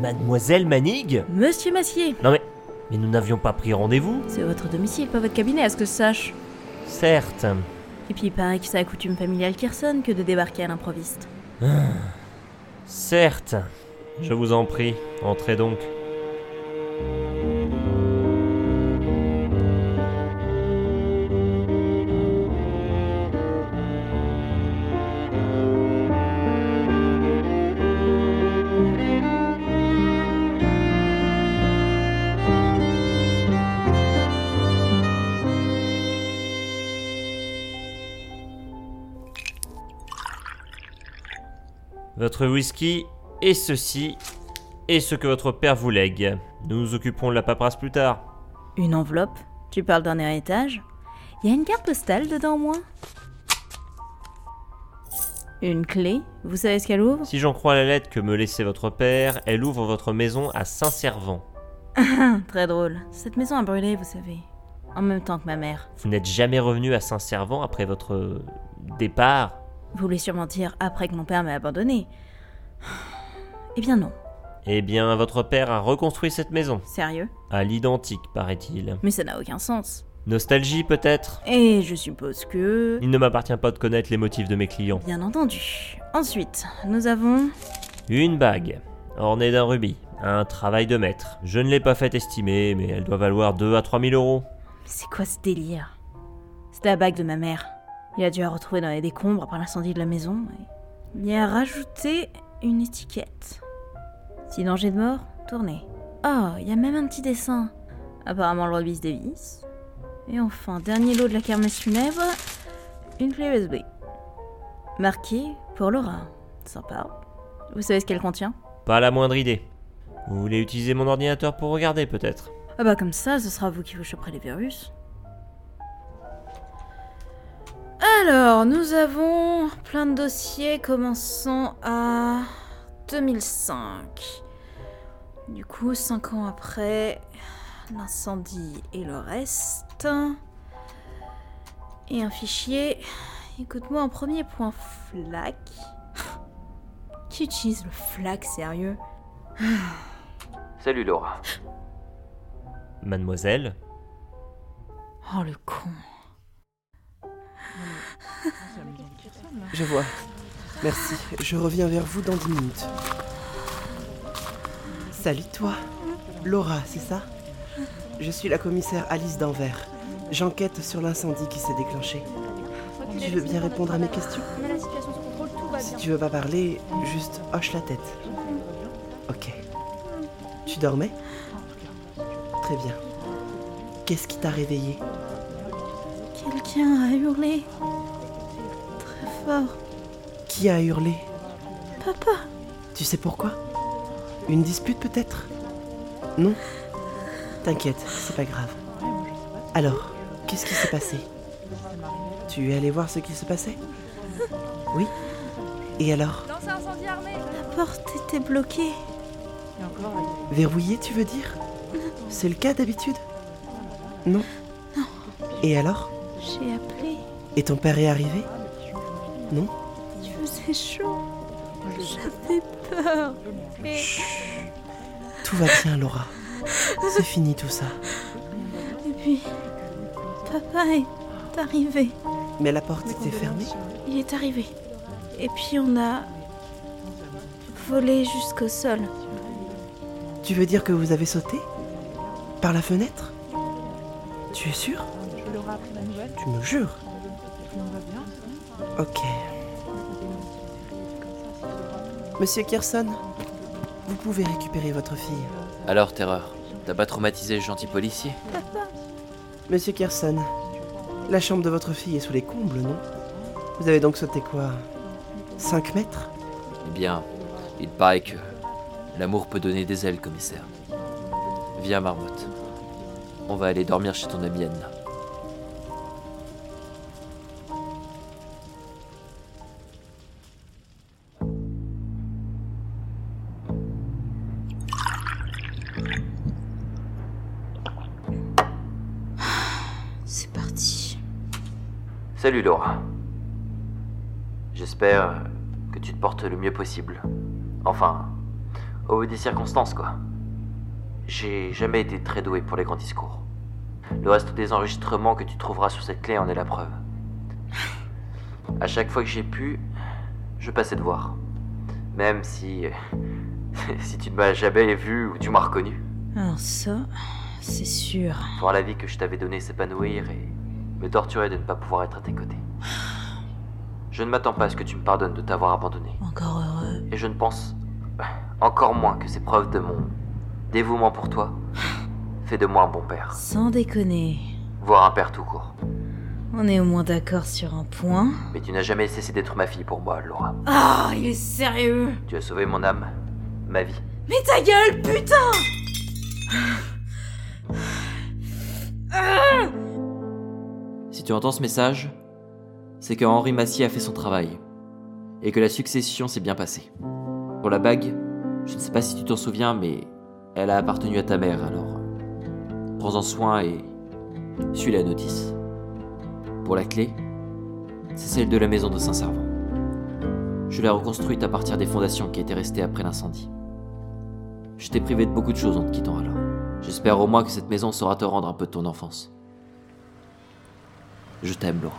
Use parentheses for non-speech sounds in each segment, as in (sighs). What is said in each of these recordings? Mademoiselle Manig Monsieur Massier, Non mais. Mais nous n'avions pas pris rendez-vous c'est votre domicile, pas votre cabinet, à ce que je sache. Certes. Et puis il paraît que c'est la coutume familiale Kirson que de débarquer à l'improviste. Certes. Je vous en prie, entrez donc. Votre whisky et ceci et ce que votre père vous lègue. Nous nous occuperons de la paperasse plus tard. Une enveloppe Tu parles d'un dernier étage Il y a une carte postale dedans, moi Une clé Vous savez ce qu'elle ouvre Si j'en crois la lettre que me laissait votre père, elle ouvre votre maison à Saint-Servant. Hum, Très drôle. Cette maison a brûlé, vous savez. En même temps que ma mère. Vous n'êtes jamais revenu à Saint-Servant après votre euh, départ Vous voulez sûrement dire après que mon père m'a abandonné (sighs) Eh bien non. Eh bien, votre père a reconstruit cette maison. Sérieux À l'identique, paraît-il. Mais ça n'a aucun sens. Nostalgie, peut-être Et je suppose que... Il ne m'appartient pas de connaître les motifs de mes clients. Bien entendu. Ensuite, nous avons... Une bague, ornée d'un rubis. Un travail de maître. Je ne l'ai pas fait estimer, mais elle doit valoir 2 à 3 000 euros. C'est quoi ce délire C'est la bague de ma mère. Il a dû la retrouver dans les décombres après l'incendie de la maison. et Il y a rajouté une étiquette. Si danger de mort, tournez. Oh, il y a même un petit dessin. Apparemment, le se dévisse. Et enfin, dernier lot de la kermesse funèbre, une clé USB. Marquée pour Laura. Sympa. Vous savez ce qu'elle contient Pas la moindre idée. Vous voulez utiliser mon ordinateur pour regarder, peut-être Ah bah comme ça, ce sera vous qui vous choperez les virus. Alors, nous avons plein de dossiers commençant à 2005. Du coup, 5 ans après l'incendie et le reste. Et un fichier. Écoute-moi, un premier point flac. (laughs) qui utilise le flac, sérieux Salut Laura. Mademoiselle Oh le con. Je vois. Merci. Je reviens vers vous dans 10 minutes. Salut toi. Laura, c'est ça Je suis la commissaire Alice Danvers. J'enquête sur l'incendie qui s'est déclenché. Tu veux bien répondre à mes questions la situation se contrôle, tout va Si bien. tu veux pas parler, juste hoche la tête. Ok. Tu dormais Très bien. Qu'est-ce qui t'a réveillée Quelqu'un a hurlé. Très fort. Qui a hurlé Papa. Tu sais pourquoi Une dispute peut-être Non T'inquiète, c'est pas grave. Alors, qu'est-ce qui s'est passé Tu es allé voir ce qui se passait Oui Et alors Lance un incendie armé La porte était bloquée. Verrouillé, tu veux dire C'est le cas d'habitude Non Et alors J'ai appelé. Et ton père est arrivé Non Il faisait chaud. J'avais peur. Et Tout va bien, Laura. C'est fini tout ça. puis, papa est arrivé. Mais la porte était fermée Il est arrivé. Et puis on a volé jusqu'au sol. Tu veux dire que vous avez sauté Par la fenêtre Tu es sûr Tu me jures Ok. Monsieur Kirson, vous pouvez récupérer votre fille. Alors, Terreur, t'as pas traumatisé le gentil policier Monsieur Kirson, la chambre de votre fille est sous les combles, non Vous avez donc sauté quoi 5 mètres Eh bien, il paraît que l'amour peut donner des ailes, commissaire. Viens, Marmotte. On va aller dormir chez ton amie Anna. C'est parti. Salut Laura. J'espère que tu te portes le mieux possible. Enfin, Au vu des circonstances, quoi. J'ai jamais été très doué pour les grands discours. Le reste des enregistrements que tu trouveras sur cette clé en est la preuve. À chaque fois que j'ai pu, je passais te voir. Même si. (laughs) si tu ne m'as jamais vu ou tu m'as reconnu. Alors ça, c'est sûr. Voir la vie que je t'avais donnée s'épanouir et me torturer de ne pas pouvoir être à tes côtés. Je ne m'attends pas à ce que tu me pardonnes de t'avoir abandonné. Encore heureux. Et je ne pense encore moins que ces preuves de mon dévouement pour toi fait de moi un bon père, Sans déconner, voire un père tout court. on est au moins d'accord sur un point. Mais tu n'as jamais cessé d'être ma fille pour moi, Laura. Ah, il est sérieux Tu as sauvé mon âme, ma vie. Mais ta gueule, putain Si tu entends ce message, c'est que Henri Massier a fait son travail et que la succession s'est bien passée. Pour la bague, je ne sais pas si tu t'en souviens, mais elle a appartenu à ta mère, alors euh, prends-en soin et suis la notice. Pour la clé, c'est celle de la maison de Saint-Servant. Je l'ai reconstruite à partir des fondations qui étaient restées après l'incendie. Je t'ai privé de beaucoup de choses en te quittant alors. J'espère au moins que cette maison saura te rendre un peu de ton enfance. Je t'aime, Laura.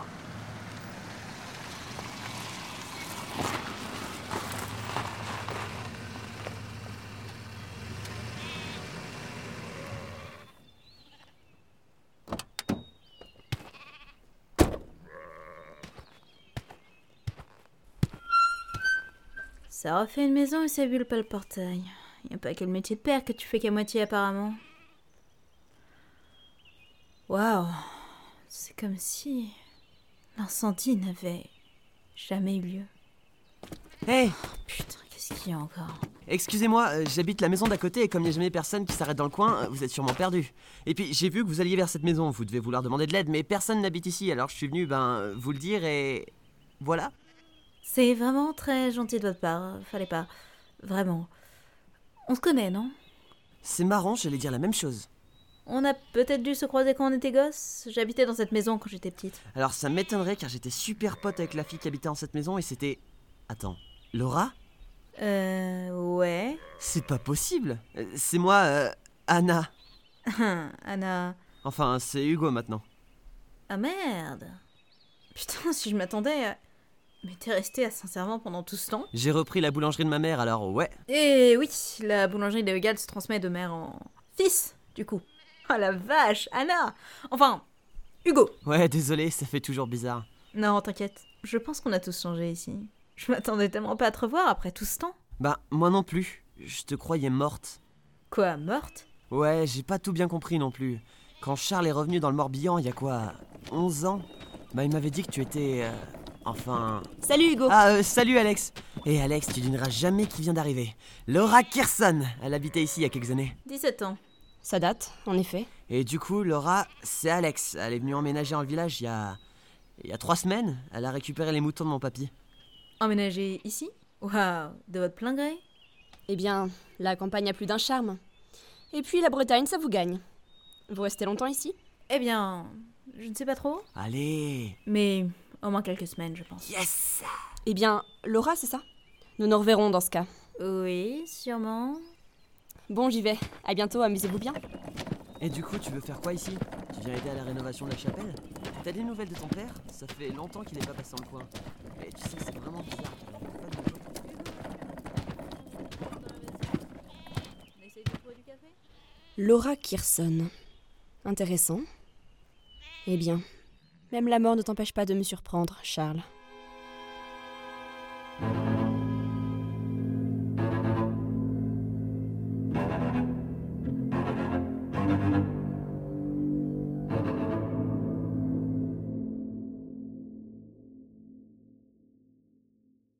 Ça refait une maison et ça bulle pas le portail. Y a pas que le métier de père que tu fais qu'à moitié apparemment. Waouh C'est comme si l'incendie n'avait jamais eu lieu. Hé Putain, qu'est-ce qu'il y a encore Excusez-moi, euh, j'habite la maison d'à côté et comme il n'y a jamais personne qui s'arrête dans le coin, euh, vous êtes sûrement perdu. Et puis j'ai vu que vous alliez vers cette maison, vous devez vouloir demander de l'aide, mais personne n'habite ici, alors je suis venu, ben, euh, vous le dire et... Voilà. C'est vraiment très gentil de votre part, fallait pas. Vraiment. On se connaît, non C'est marrant, j'allais dire la même chose. On a peut-être dû se croiser quand on était gosse. J'habitais dans cette maison quand j'étais petite. Alors ça m'étonnerait car j'étais super pote avec la fille qui habitait en cette maison et c'était... Attends, Laura Euh. Ouais. (laughs) C'est pas possible Euh, C'est moi, euh, Anna. Anna. Enfin, c'est Hugo maintenant. Ah merde Putain, si je m'attendais à... Mais t'es resté à Saint-Servant pendant tout ce temps J'ai repris la boulangerie de ma mère, alors ouais. Et oui, la boulangerie légale se transmet de mère en fils, du coup. Ah la vache, Anna Enfin, Hugo Ouais, désolé, ça fait toujours bizarre. Non, t'inquiète, je pense qu'on a tous changé ici. Je m'attendais tellement pas à te revoir après tout ce temps. Bah, moi non plus. Je te croyais morte. Quoi, morte Ouais, j'ai pas tout bien compris non plus. Quand Charles est revenu dans le Morbihan, il y a quoi 11 ans Bah, il m'avait dit que tu étais. euh, enfin. Salut Hugo Ah, euh, salut Alex Et Alex, tu devineras jamais qui vient d'arriver. Laura Kirson Elle habitait ici il y a quelques années. 17 ans. Ça date, en effet. Et du coup, Laura, c'est Alex. Elle est venue emménager dans le village il y a. Il y a trois semaines. Elle a récupéré les moutons de mon papy. Emménagé ici Waouh, de votre plein gré Eh bien, la campagne a plus d'un charme. Et puis la Bretagne, ça vous gagne. Vous restez longtemps ici Eh bien, je ne sais pas trop, Allez mais au moins quelques semaines, je pense. Yes Eh bien, Laura, c'est ça Nous nous reverrons dans ce cas. Oui, sûrement. Bon, j'y vais. À bientôt, amusez-vous bien. Et du coup, tu veux faire quoi ici Tu viens aider à la rénovation de la chapelle T'as des nouvelles de ton père Ça fait longtemps qu'il n'est pas passé en coin. Et tu sais, c'est vraiment bizarre. Pas de nouvelles. On essaye de trouver du café Laura Kirson. Intéressant. Eh bien, même la mort ne t'empêche pas de me surprendre, Charles.